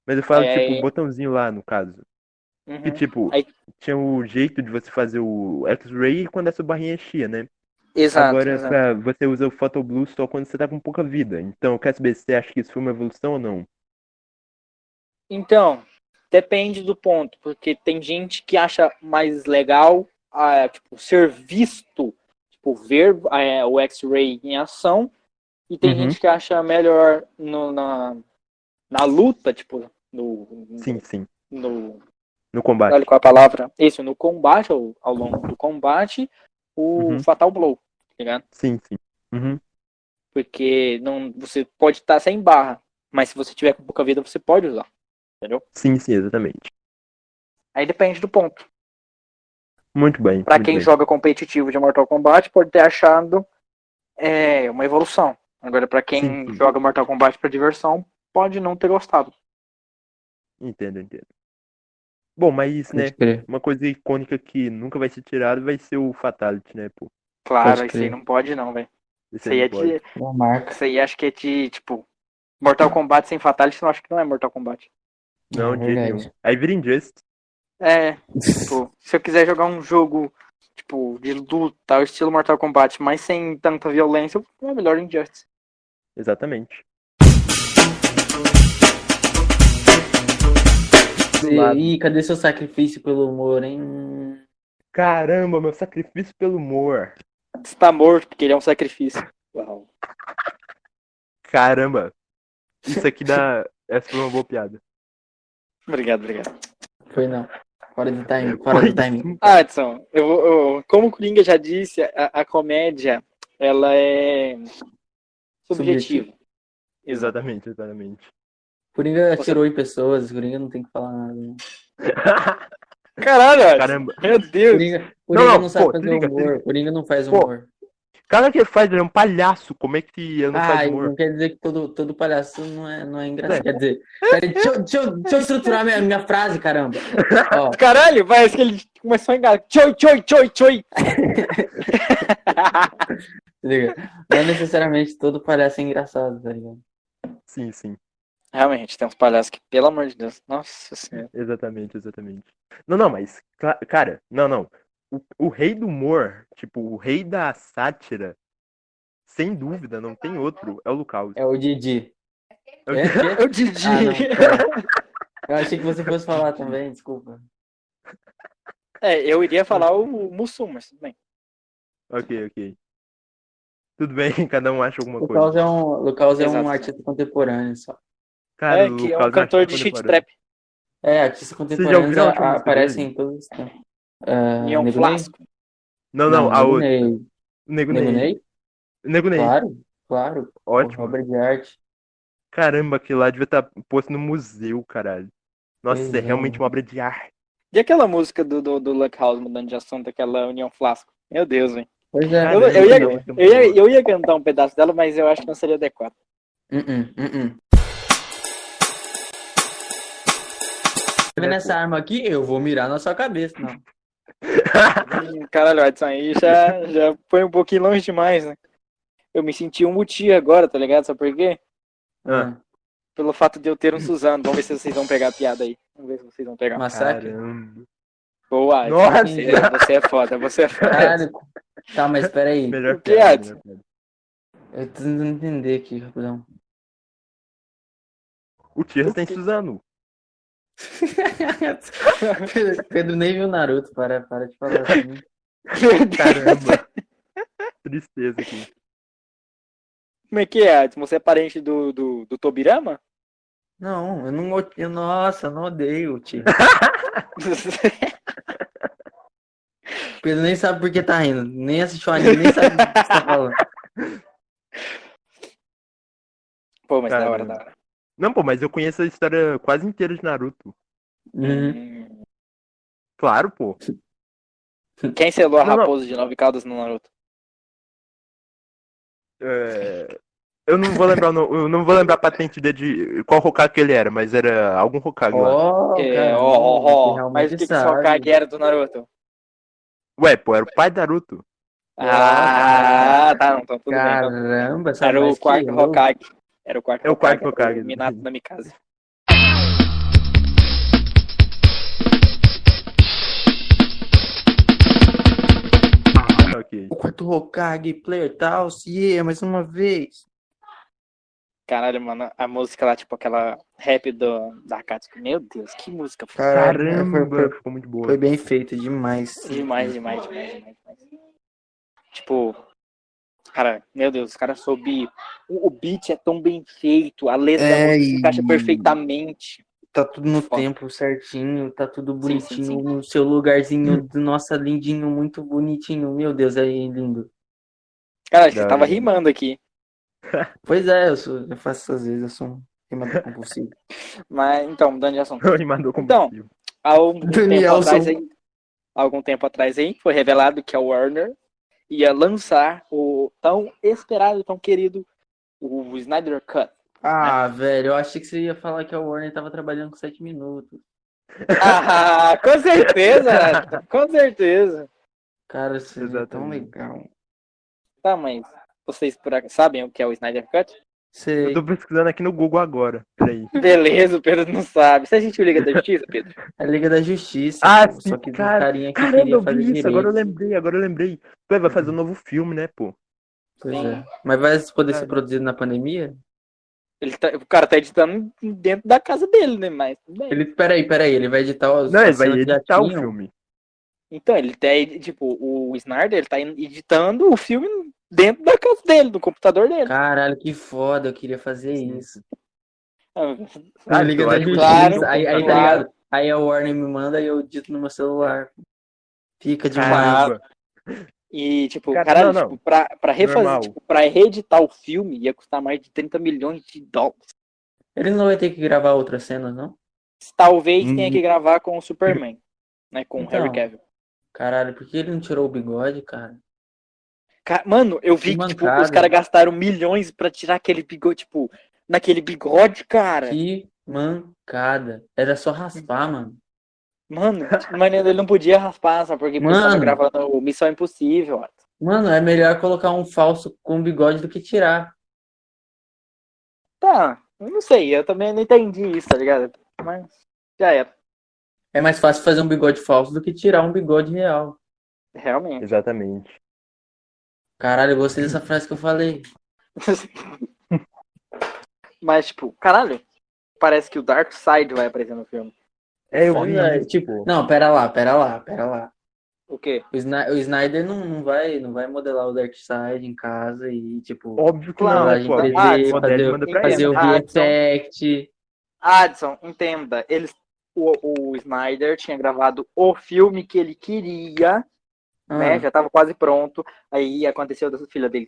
Mas eu falo,
É,
tipo,
é.
um botãozinho lá, no caso.
Uhum.
Que, tipo,
Aí-
tinha o jeito de você fazer o X-Ray quando essa barrinha enchia, né?
Exato,
Agora,
exato.
pra- você usa o Photo Blue só quando você tá com pouca vida. Então, eu quero saber se você acha que isso foi uma evolução ou não.
Então, depende do ponto, porque tem gente que acha mais legal ah, tipo, ser visto, tipo, ver ah, o X-Ray em ação, e tem
Uhum.
gente que acha melhor no- na, na luta, tipo, no,
Sim, sim.
no
No combate.
olha qual é a palavra, isso, no combate, ao, ao longo do combate, o
Uhum.
Fatal Blow, tá ligado?
Sim, sim. Uhum.
Porque não, você pode estar sem barra, mas se você tiver com pouca vida, você pode usar.
Sim, sim, exatamente.
Aí depende do ponto.
Muito bem.
Pra
muito
quem
bem.
joga competitivo de Mortal Kombat, pode ter achado é, uma evolução. Agora, pra quem
Sim, sim.
joga Mortal Kombat pra diversão, pode não ter gostado.
Entendo, entendo. Bom, mas, né,
Pode crer.
uma coisa icônica que nunca vai ser tirada vai ser o Fatality, né, pô?
Claro,
Pode
isso aí
crer.
não pode não, velho.
Esse
Isso aí é
não pode.
de.
Boa marca.
Isso aí acho que é de, tipo. Mortal Kombat sem Fatality, eu acho que não é Mortal Kombat.
Não,
É
de
verdade.
jeito nenhum. Aí vira Injustice.
É, tipo, se eu quiser jogar um jogo, tipo, de luta, ao estilo Mortal Kombat, mas sem tanta violência, eu- é melhor Injustice.
Exatamente. lado.
E, ih, cadê seu sacrifício pelo humor, hein? Hum,
Caramba, meu sacrifício pelo humor.
Está morto, porque ele é um sacrifício. Uau.
Caramba. Isso aqui dá. Essa foi uma boa piada.
Obrigado, obrigado.
Foi não. Fora do
É,
time, fora do time.
Ah, Edson, eu, vou- eu- como o Coringa já disse, a, a comédia, ela é subjetiva.
Exatamente, exatamente.
Coringa
Você-
atirou em pessoas, Coringa não tem que falar nada. né?
Caralho, Edson,
Caramba.
meu Deus.
Coringa, Coringa não,
não,
sabe
pô,
fazer
se liga, se
humor. Coringa não faz
Pô,
humor.
Cara que faz, ele é um palhaço. Como é que eu não
ah,
faz
e
humor?
não quer dizer que todo, todo palhaço não é, não é
É.
engraçado. Quer dizer, peraí, deixa, eu- deixa eu- deixa eu estruturar minha, minha frase, caramba. Ó, tá
Caralho, parece que ele começou a enganar. Tchoi, tchoi, tchoi, tchoi.
se liga. Não é necessariamente todo palhaço é engraçado, tá ligado?
Sim, sim.
Realmente, tem uns palhaços que, pelo amor de Deus, nossa senhora.
Exatamente, exatamente. Não, não, mas, cla- cara, não, não. O, o rei do humor, tipo, o rei da sátira, sem dúvida, não tem outro, é o Lucas.
É o Didi.
É o
É? Quê?
É o Didi.
Ah, não, pera. Eu achei que você fosse falar também, desculpa.
é, eu iria falar o Mussum, mas tudo bem.
Ok, ok. Tudo bem, cada um acha alguma
O
coisa.
Lucas é um, Lucas é
Exato.
um artista contemporâneo só.
Cara,
é,
o
que é
Lucas
um cantor de
artista
shit
contemporâneo.
trap
É, artista
já
contemporâneo
ouviram a última música
aparece
dele?
em todos os tempos. Ah,
e é
Nego
um
Ney?
flasco.
Não, não, a
Nego
outra.
Ney.
Nego
Nego
Ney.
Ney?
Nego Ney,
Claro, claro.
ótimo.
Obra de arte.
Caramba, aquilo lá devia estar posto no museu, caralho. Nossa,
Pois
é
é,
realmente
mano.
uma obra de arte.
E aquela música do, do, do Luck House mudando de assunto, aquela União Flasco? Meu Deus, velho.
Pois é.
Eu-
Caramba,
eu ia-
não, muito
Eu ia,
boa.
eu ia cantar um pedaço dela, mas eu acho que não seria adequado.
Uh-uh, uh-uh. Tá vendo essa arma aqui? Eu vou mirar na sua cabeça, não.
Hum, Caralho, Edson, aí já, já foi um pouquinho longe demais, né? Eu me senti um muti agora, tá ligado? Sabe por quê?
Ah,
Pelo fato de eu ter um Suzano. Vamos ver se vocês vão pegar a piada aí. Vamos ver se vocês vão pegar.
Hum, Massacre?
Caramba.
Boa, Edson.
Nossa.
Você, você é foda, você é foda.
Caralho. Tá, mas peraí.
Melhor
O que,
piada,
Edson?
melhor piada.
Eu tô tentando entender aqui, rapidão.
O Tiras tem Suzano.
Pedro- Pedro nem viu Naruto, para, para de falar assim.
Meu Deus.
Caramba. Tristeza aqui.
Como é que é, Edson? Você é parente do, do, do Tobirama?
Não, eu não. o- Eu, nossa, eu não odeio o tio. Pedro nem sabe por que tá rindo. Nem assistiu o anime, nem sabe do que você tá falando.
Pô, mas da hora,
Caramba.
da hora.
Não, pô, mas eu conheço a história quase inteira de Naruto.
Uhum.
Hum.
Claro, pô.
Quem selou a
Não, não.
raposa de nove caudas no Naruto?
É, Eu não vou lembrar, o no- eu não vou lembrar a patente dele de qual Hokage ele era, mas era algum Hokage lá.
Ó,
É,
cara,
ó, ó,
você
ó. Mas o que, que
realmente
o Hokage é, era do Naruto?
Ué, pô, era o pai de Naruto.
Ah, tá, não, tá tudo bem. tá.
Caramba, sabe
Era o
mais que
quarto
eu.
Hokage. Era o quarto
É o quarto
era
Hokage.
Minato na Mikasa.
Ok.
O quarto Hokage, player tal, yeah, mais uma vez.
Caralho, mano, a música lá, tipo aquela rap do, da Akatsuki. Meu Deus, que música.
foi-
Caramba,
foi,
ficou muito boa.
foi bem feito demais.
Demais, demais, demais, demais. demais. Tipo, cara, meu Deus, os caras soube. O, o beat é tão bem feito, a letra da
É,
música se encaixa
e-
perfeitamente.
Tá tudo no
Foda.
tempo certinho, tá tudo
Sim, sim, Hum.
bonitinho no seu lugarzinho. do- Nossa, lindinho, muito bonitinho. Meu Deus, é lindo.
Cara, você
Da
tava
hora.
rimando aqui.
Pois é, eu, sou, eu faço essas vezes, eu sou um rimador compulsivo.
Mas então, mudando de assunto.
Ele mandou
Então,
combustível.
Há algum tempo
Danielson.
atrás aí, há algum tempo atrás aí, foi revelado que a Warner ia lançar o tão esperado, tão querido, o Snyder Cut.
Ah, velho, eu achei que você ia falar que a Warner tava trabalhando com 7 minutos.
Ah, com certeza, Nathan, com certeza.
Cara, isso é tão
Exatamente.
legal.
Tá, mas vocês por acaso sabem o que é o Snyder Cut?
Sei.
Eu tô pesquisando aqui no Google agora. Peraí.
Beleza, o Pedro não sabe. Você assistiu Liga da Justiça, Pedro?
A Liga da Justiça.
Ah,
pô,
sim,
só que do
cara.
carinha que
Caramba,
queria
eu
fazer
vi isso. Agora eu
direito.
lembrei, agora eu lembrei. Ué, vai fazer um novo filme, né, pô?
Pois é. Mas vai poder ser
Cara.
produzido na pandemia?
Ele tá- o cara tá editando dentro da casa dele, né? Mas tudo bem.
Ele, peraí, peraí, ele vai editar os
Não, ele
as
vai
cenas que já
editar o
tinham?
filme.
Então, ele tá, edi- tipo, o Snyder, ele tá editando o filme dentro da casa dele, do computador dele.
Caralho, que foda, eu queria fazer isso.
Ah,
A Liga
eu
da
acho que-
Justiça.
Claro,
aí, aí, tá
claro.
ligado? Aí a Warner me manda e eu dito no meu celular. Fica demais.
Caramba.
E, tipo,
Cara,
caralho,
não, não.
tipo, pra, pra refazer,
Normal.
tipo, pra reeditar o filme ia custar mais de 30 milhões de dólares.
Eles não vão ter que gravar outra cena, não?
Talvez
Hum.
tenha que gravar com o Superman, né? Com o
Então.
Harry Cavill.
Caralho, por que ele não tirou o bigode, cara?
Ca- Mano, eu vi
Que
que, tipo,
mancada.
os caras gastaram milhões pra tirar aquele bigode, tipo, naquele bigode, cara.
É.
Que mancada. Era só raspar, mano.
Mano, mas ele não podia raspar, sabe? Porque ele tava
Mano.
gravando o Missão Impossível, ó.
Mano, é melhor colocar um falso com bigode do que tirar.
Tá, eu não sei, eu também não entendi isso, tá ligado? Mas já era,
É mais fácil fazer um bigode falso do que tirar um bigode real.
realmente.
Exatamente.
Caralho, eu gostei dessa frase que eu falei.
Mas, tipo, caralho, parece que o Dark Side vai aparecer no filme.
É, eu
Pois
vi
é,
isso,
tipo-
tipo.
Não, pera lá, pera lá, pera lá.
O quê?
O Sna- o Snyder não, não vai, não vai modelar o Darkseid em casa e, tipo,
Óbvio que
Claro,
modelagem
não, né, pô.
claro.
3D,
Ah,
fazer,
manda ele, né, manda pra
fazer
ele.
o
Ah, então,
VFX.
Adson, entenda, eles, o, o Snyder tinha gravado o filme que ele queria,
Ah,
né? Já tava quase pronto. Aí aconteceu da filha dele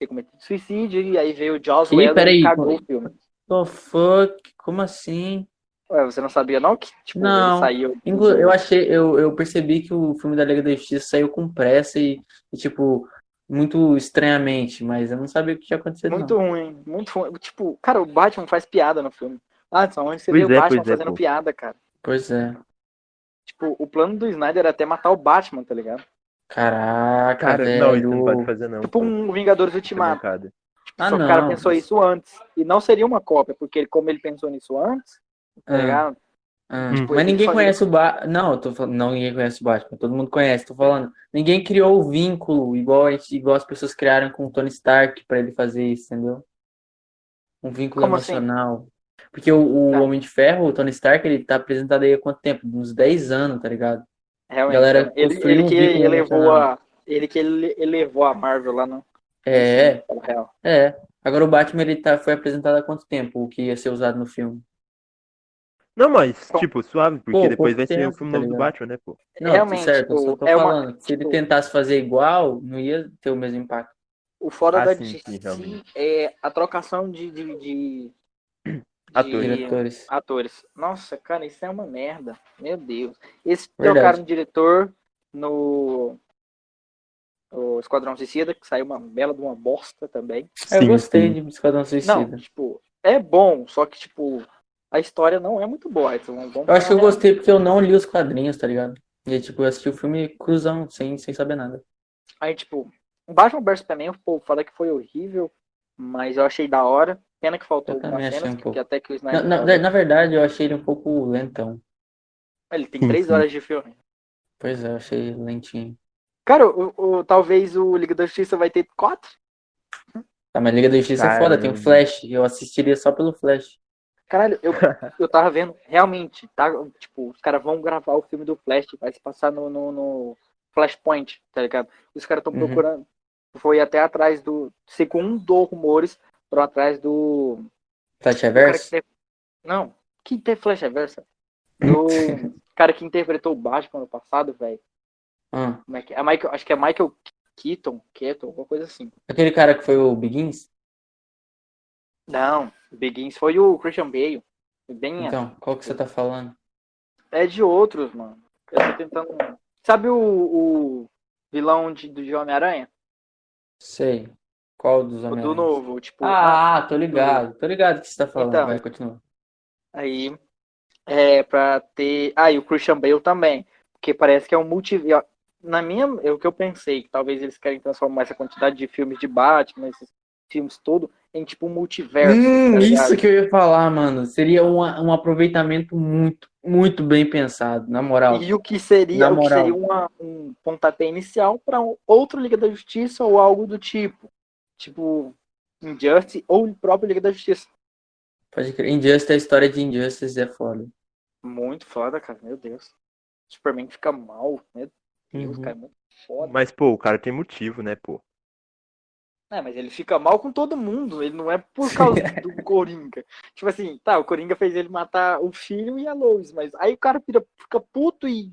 ter cometido suicídio, e aí veio o Joss
Que?
Whedon
Peraí,
e cagou
como-
o filme.
Oh, fuck, como assim?
Ué, você não sabia, não? Que, tipo,
Não.
ele saiu.
Inclu- Eu achei, eu, eu percebi que o filme da Liga da Justiça saiu com pressa e, e, tipo, muito estranhamente, mas eu não sabia o que tinha acontecido,
Muito ruim, muito ruim. Tipo, cara, o Batman faz piada no filme. Adson, onde você
Pois
vê
é,
o Batman
pois é,
fazendo
pô.
piada, cara?
não. Pois é.
Tipo, o plano do Snyder era até matar o Batman, tá ligado?
Caraca,
Cara, não, isso não
velho.
pode fazer, não.
Tipo
pô.
um Vingadores
Isso é
Ultimato. Tipo,
mancada.
Ah,
Só que
não.
o cara pensou isso antes. E não seria uma cópia, porque ele- como ele pensou nisso antes, tá
É.
Ah,
ligado?
ah.
Tipo,
Mas
ele
ninguém
só-
conhece o Batman. Não, eu tô falando, não, ninguém conhece o Batman. Todo mundo conhece, tô falando. Ninguém criou o vínculo igual, a gente- igual as pessoas criaram com o Tony Stark pra ele fazer isso, entendeu? Um vínculo
Como assim?
emocional. Porque o, o
Tá.
Homem de Ferro, o Tony Stark, ele tá apresentado aí há quanto tempo? Uns 10 anos, tá ligado?
Realmente.
Galera,
ele,
construiu
ele
um
que
vínculo
elevou
tá-
a. Ele que ele elevou a Marvel lá no.
É,
no real.
é. Agora o Batman, ele tá, foi apresentado há quanto tempo? O que ia ser usado no filme?
Não, mas,
Pô,
tipo, suave, porque
pouco
depois vai ser o
tempo,
filme
tá
novo do
ligado?
Batman, né, pô?
Não,
Realmente,
tá certo, eu só
tipo,
tô
é uma-
falando. Se ele
tipo-
tentasse fazer igual, não ia ter o mesmo impacto.
O fora
Ah,
da
sim, sim,
DC
realmente.
é a trocação de. de, de- de-
Atores.
Diretores.
atores. Nossa, cara, isso é uma merda. Meu Deus. Eles
Verdade.
trocaram o um diretor no. O Esquadrão Suicida, que saiu uma bela de uma bosta também.
eu gostei
sim.
de Esquadrão Suicida.
Não, tipo, é bom, só que, tipo, a história não é muito boa. Então vamos
Eu acho que eu
falar a
gostei porque eu não li os quadrinhos, tá ligado? E tipo, eu assisti o filme cruzão, sem, sem saber nada.
Aí, tipo, o Batman vs Superman, o povo fala que foi horrível, mas eu achei da hora. Pena que faltou
Eu também
algumas
achei
cenas,
um pouco.
que até que o
Na,
Snyder...
na, na verdade, eu achei ele um pouco lentão.
Ele tem
Sim,
três
sim.
horas de filme.
Pois é, eu achei lentinho.
Cara, o, o- talvez o Liga da Justiça vai ter quatro.
Tá, mas Liga da Justiça é foda, tem o
Caramba.
Flash. Eu assistiria só pelo Flash.
Caralho, eu, eu tava vendo, realmente, tá? Tipo, os caras vão gravar o filme do Flash, vai se passar no, no, no Flashpoint, tá ligado? Os caras estão
Uhum.
procurando. Foi até atrás do. Segundo rumores, foram atrás do.
Flash
do cara que
Reverse?
inter- Não, que inter... Flash Reversa. Do cara que interpretou o Batman no passado, velho.
Ah,
Como é que é? Michael... Acho que é Michael Keaton, Keaton, alguma coisa assim.
aquele cara que foi o Begins?
Não, Begins foi o Christian Bale. Bem
Então, qual que você tá falando?
É de outros, mano. Eu tô tentando. Sabe o, o vilão de, do de Homem-Aranha?
Sei. Qual dos
O
homens?
do novo, tipo.
Ah, tô ligado. Tô ligado o que você tá falando.
Então.
Vai, continua.
Aí É, pra ter. Ah, e o Christian Bale também. Porque parece que é um multiverso. Na minha. É o que eu pensei, que talvez eles querem transformar essa quantidade de filmes de Batman, esses filmes todo, em tipo um multiverso.
Hum,
tá ligado?
isso que eu ia falar, mano. Seria um, um aproveitamento muito, muito bem pensado, na moral.
E o que seria,
Então, Na
o que
moral.
seria uma- um pontapé inicial para outro Liga da Justiça ou algo do tipo. Tipo, Injustice ou o próprio Liga da Justiça.
Pode crer. Injustice, a história de Injustice é foda.
Muito foda, cara. Meu Deus. Superman fica mal. Meu Deus,
Uhum.
cara. é Muito foda.
Mas, pô, o cara tem motivo, né, pô?
É, mas ele fica mal com todo mundo. Ele não é por causa do Coringa. Tipo assim, tá, o Coringa fez ele matar o filho e a Lois, mas aí o cara vira- fica puto e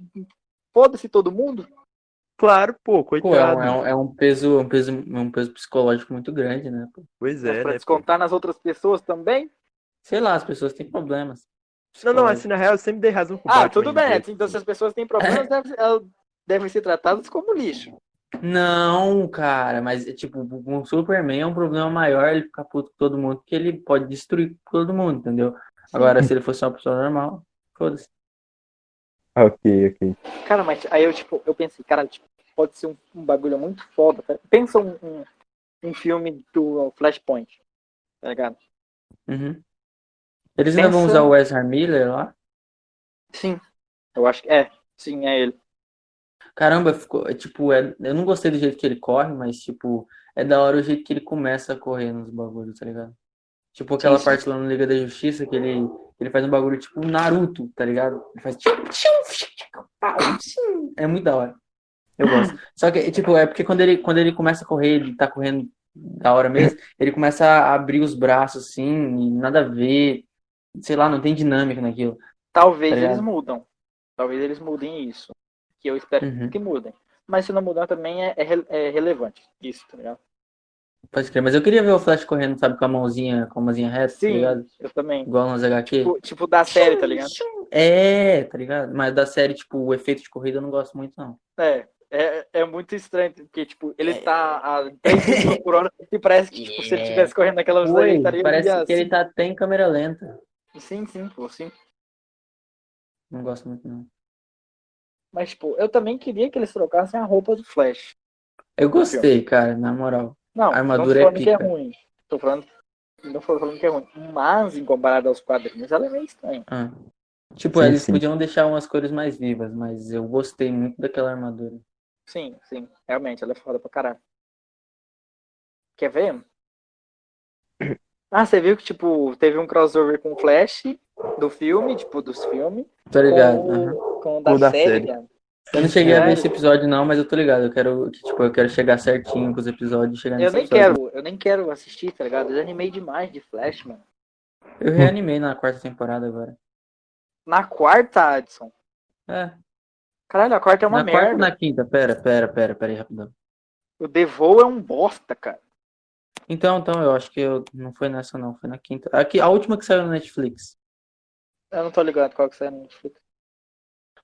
foda-se todo mundo.
Claro, pô, coitado.
Pô, é um, é um- é um peso, um peso, um peso psicológico muito grande, né? pô?
Pois
Mas
é,
pra
né? pô?
descontar nas outras pessoas também.
Sei lá, as pessoas têm problemas.
Não, não,
psicológicos.
assim, na real, eu sempre dei razão pro
Ah,
Batman,
tudo bem.
né?
Então, se as pessoas têm problemas, deve- elas devem, ser tratadas como lixo.
Não, cara, mas tipo, um Superman é um problema maior ele ficar puto com todo mundo, porque ele pode destruir todo mundo, entendeu? Agora, se ele fosse uma pessoa normal, foda-se.
Ok, ok.
Cara, mas aí eu, tipo, eu pensei, cara, tipo, pode ser um, um bagulho muito foda. tá? Pensa um, um, um filme do Flashpoint, tá ligado?
Uhum. Eles ainda vão
Pensa-
usar o Ezra Miller lá?
Sim. Eu acho que é. Sim, é ele.
Caramba, ficou, é, tipo, é, eu não gostei do jeito que ele corre, mas tipo, é da hora o jeito que ele começa a correr nos bagulhos, tá ligado? Tipo aquela
sim.
parte lá no Liga da Justiça que ele, ele faz um bagulho tipo um Naruto, tá ligado? Ele faz tchum, tchum, tchum, tchum, pau, tchum. É muito da hora. Eu gosto. Só que, tipo, é porque quando ele, quando ele começa a correr, ele tá correndo da hora mesmo, ele começa a abrir os braços assim, e nada a ver. Sei lá, não tem dinâmica naquilo.
Talvez
Tá ligado?
eles mudam. Talvez eles mudem isso. Que eu espero
Uhum.
que mudem. Mas se não mudar também é, é re- é relevante. Isso, tá ligado?
Pode crer, mas eu queria ver o Flash correndo, sabe, com a mãozinha, com a mãozinha reta, tá
Sim.
ligado?
Eu também.
Igual nos HQ.
Tipo, tipo da série, tá ligado?
É, tá ligado? Mas da série, tipo, o efeito de corrida eu não gosto muito, não.
É, é, é muito estranho, porque, tipo, ele tá a 10 km por hora e parece que, tipo, se ele
É.
estivesse correndo naquela velocidade, ele
Oi,
estaria
parece
assim.
que ele tá até em câmera lenta.
Sim, sim, pô, sim.
Não gosto muito, não.
Mas, tipo, eu também queria que eles trocassem a roupa do Flash.
Eu gostei, cara, na moral. A
Não, não tô
armadura é
falando que é
pica.
ruim. Tô falando... Não tô falando que é ruim. Mas, em comparado aos quadrinhos, ela é meio estranha.
Ah. Tipo,
Sim,
eles
sim.
podiam deixar umas cores mais vivas, mas eu gostei muito daquela armadura.
Sim, sim. Realmente, ela é foda pra caralho. Quer ver? Ah, você viu que, tipo, teve um crossover com o Flash do filme, tipo, dos filmes.
Tô ligado.
com,
aham.
o- com o da,
O da
série,
série.
cara.
Eu não cheguei a ver
Caralho.
esse episódio, não, mas eu tô ligado. Eu quero, que, tipo, eu quero chegar certinho com os episódios. Chegar
Eu
nesse
nem
episódio.
quero, eu nem quero assistir, tá ligado? Eu já animei demais de Flash, mano.
Eu reanimei na quarta temporada agora.
Na quarta, Adson.
É.
Caralho, a quarta é uma
na quarta ou
merda.
na quinta? Pera, pera, pera, pera aí, rapidão.
O The Vow é um bosta, cara.
Então, então, eu acho que eu não foi nessa não, foi na quinta. Aqui, a última que saiu na Netflix.
Eu não tô ligado qual que saiu no Netflix.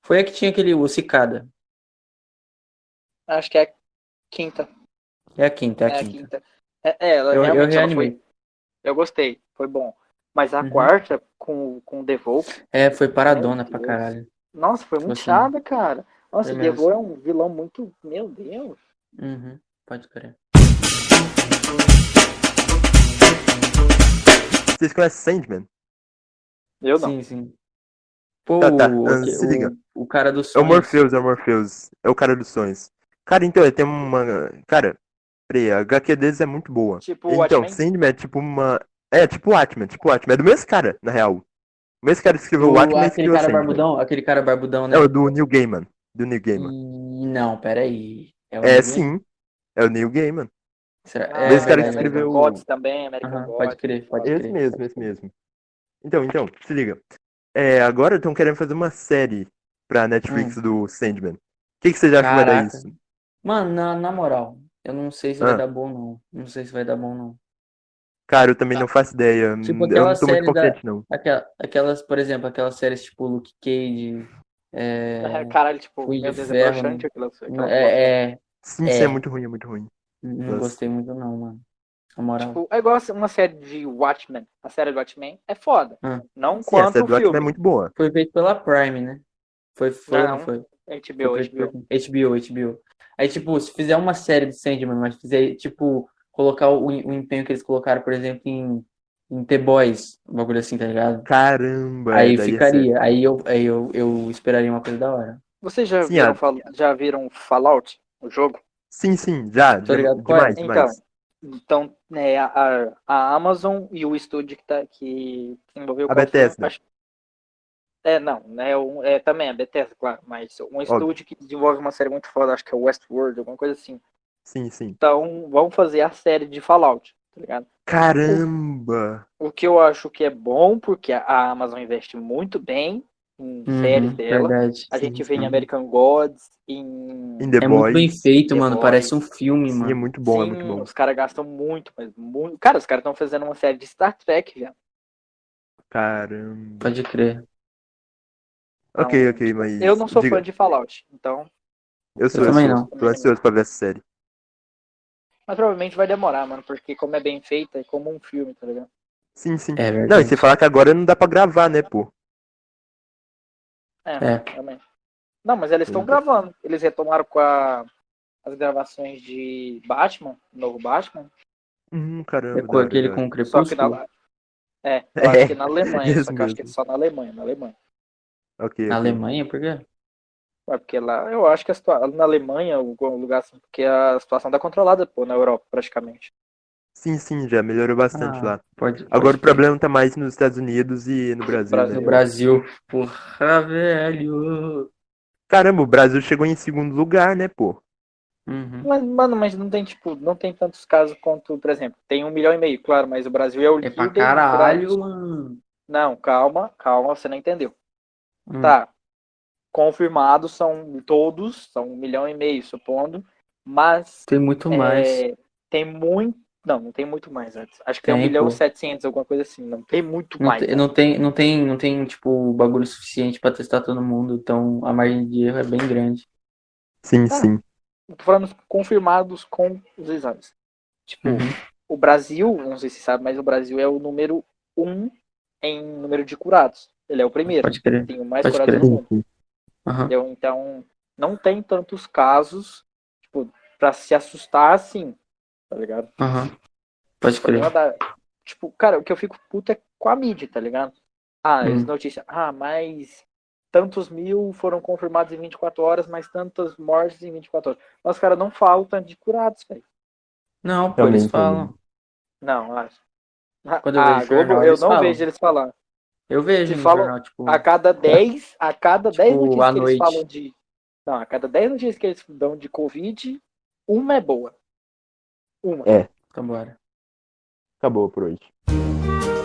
Foi a que tinha aquele o Cicada.
Acho que é a quinta.
É a quinta, é
É
a
a
quinta.
quinta. É, é, ela
Eu, eu
realmente ela
reanimei.
foi. Eu gostei, foi bom. Mas a
Uhum.
quarta com, com o The Vow,
É, foi paradona
Meu
pra
Deus.
caralho.
nossa, foi muito
Gostei.
chata, cara. Nossa,
Foi
o The
mesmo.
Vow é um vilão muito. Meu Deus.
Uhum, pode crer.
Vocês conhecem Sandman?
Eu não.
Sim, sim. Pô,
Tá, tá,
o,
ah, se
o-
liga.
o cara do
É o
sonho.
Morpheus, é o Morpheus. É o cara dos sonhos. Cara, então, tem uma... Cara, peraí, a HQ deles é muito boa.
Tipo, o
Então,
Watchmen.
Sandman é tipo uma... É, tipo Watchmen, tipo Watchmen. É do mesmo cara, na real. O mesmo cara que escreveu
O-
o Watchmen
aquele
escreveu
cara
Sandman.
barbudão, Hum, aquele cara barbudão, né?
É o do Neil Gaiman. Do Neil Gaiman.
Ih, Não, peraí. o
É,
Neil?
sim. É o Neil Gaiman.
Será?
Ah,
É,
Esse cara que
verdade,
escreveu-
verdade.
American Gods também, American
Aham,
Gods.
pode crer, pode
Esse
crer.
mesmo, esse mesmo. Então, então, se liga. É, agora estão querendo fazer uma série pra Netflix do Sandman. O que, que vocês acham que vai dar
Hum. Caraca.
isso?
Mano, na, na moral, eu não sei se
Ah.
vai dar bom, não. Não sei se vai dar bom, não.
Cara, eu também não faço ideia.
Tá. Tipo
eu
aquela
não tô muito
série da-
confiante, não.
Aquela- Aquelas, por exemplo, aquelas séries tipo Luke Cage. É,
Caralho, tipo,
Punho
meu
de
Deus, é
Ferro,
broxante aquilo. aquela
é, é,
Sim, sim,
É.
é muito ruim, é muito ruim.
não
Nossa.
gostei muito, não, mano. Na moral.
Tipo, é igual uma série de Watchmen. A série do Watchmen é foda.
Ah.
Não
Sim, essa
quanto
do
o filme.
Watchmen é muito boa.
Foi feito pela Prime, né? Foi, foi,
Não,
não foi?
HBO, HBO.
HBO, HBO. Aí, tipo, se fizer uma série de Sandman, mas fizer, tipo, colocar o, o empenho que eles colocaram, por exemplo, em, em The Boys, um bagulho assim, tá ligado?
Caramba.
aí
É, daí ia ser-
ficaria. Aí, eu, aí eu, eu esperaria uma coisa da hora.
Vocês já,
Sim,
viram,
a-
Fall- já viram Fallout, o jogo?
Sim, sim, já. já
ligado? é?
Demais,
Então,
demais.
Então, né, a, a- a Amazon e o estúdio que, tá, que envolveu...
A
qual foi?
Bethesda.
Acho- É, não, né, um- é, também a Bethesda, claro, mas um estúdio que desenvolve uma série muito foda, acho que é Westworld, alguma coisa assim.
Sim, sim.
Então, vamos fazer a série de Fallout, tá ligado?
Caramba.
O que eu acho que é bom, porque a- a Amazon investe muito bem em séries
Uhum,
dela.
verdade.
A gente vê em
sim.
American Gods, em.
In The
É muito
Boys.
bem feito,
The
mano.
Boys.
Parece um filme,
Sim, é
mano.
muito bom, é
Sim,
muito bom.
Os caras gastam muito, mas muito. Cara, os caras estão fazendo uma série de Star Trek, velho.
Caramba.
Pode crer.
Não, tipo,
ok, ok, mas.
Eu não sou
diga,
fã de Fallout, então.
Eu sou,
Eu também
sou-
não.
Tô ansioso pra ver essa série.
Mas provavelmente vai demorar, mano, porque como é bem feita, é como um filme, tá ligado?
Sim, sim.
É verdade.
Não, e você falar que agora não dá pra gravar, né, pô?
É,
É.
também. Não, mas eles estão
Puta.
gravando. Eles retomaram com a- as gravações de Batman, novo Batman.
Hum, caramba.
É com
da hora,
aquele
da
com o
Só que
Crepúsculo.
na. É, eu acho que na
É,
Alemanha.
isso
só que eu acho que é
mesmo.
só na Alemanha, na Alemanha.
hora. Ok,
Na
ok.
Alemanha, por quê?
Ué, É, porque lá, eu acho que a situa- na Alemanha, o o lugar assim, porque a situação tá controlada, pô, na Europa, praticamente.
Sim, sim, já melhorou bastante
Ah,
lá.
Pode, pode
Agora o
crer.
problema tá mais nos Estados Unidos e no Brasil.
Brasil.
No
né?
Brasil. Porra, velho.
Caramba, o Brasil chegou em segundo lugar, né, pô?
Uhum.
Mas, mano, mas não tem, tipo, não tem tantos casos quanto, por exemplo, tem um milhão e meio, claro, mas o Brasil é o
É
líder.
pra
em
caralho,
casos.
mano.
Não, calma, calma, você não entendeu.
Hum.
Tá. Confirmados são todos, são um milhão e meio, supondo. Mas
Tem muito
é,
mais.
tem muito. Não, não tem muito mais antes. Acho que tem um
Tem,
milhão e
pô.
setecentos, alguma coisa assim. Não tem muito
Não,
mais.
te- não tem, não tem, não tem, tipo, bagulho suficiente pra testar todo mundo, então a margem de erro é bem grande.
Sim,
Ah.
sim.
Tô falando confirmados com os exames. Tipo, o Brasil, eu não sei se sabe, mas o Brasil é o número um em número de curados. Ele é o primeiro.
Pode crer.
Tem o mais
pode
curados
crer.
do mundo.
Aham.
Entendeu? Então, não tem tantos casos, tipo, pra se assustar assim. Tá ligado?
Aham. Pode
O problema
crer.
da- Tipo, cara, o que eu fico puto é com a mídia, tá ligado? Ah,
Hum.
as notícias. Ah, mas tantos mil foram confirmados em 24 horas, mas tantas mortes em 24 horas. Mas, cara, não falam tanto de curados, velho.
Não, pô,
Também,
eles falam.
Não, acho. Ah,
Quando eu
ah,
vejo
Globo,
jornal,
eu
eles
não
falam. Tipo,
vejo eles falar.
Eu vejo
Se
no
falam-
jornal, tipo,
A cada 10, a cada 10
Tipo,
notícias
à
que eles
noite.
falam de. Não, a cada 10 notícias que eles dão de Covid, uma é boa. Uma.
É.
então bora.
Acabou por hoje.